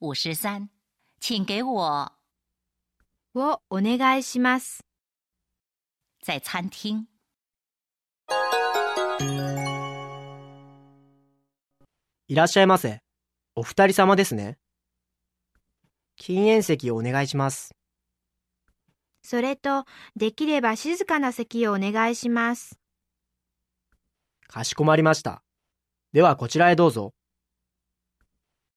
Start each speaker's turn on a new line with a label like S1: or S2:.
S1: 五十三，请给我
S2: をお願いします。
S1: 在餐厅。
S3: いらっしゃいませ。お二人様ですね。禁煙席をお願いします。
S2: それと、できれば静かな席をお願いします。
S3: かしこまりました。ではこちらへどうぞ。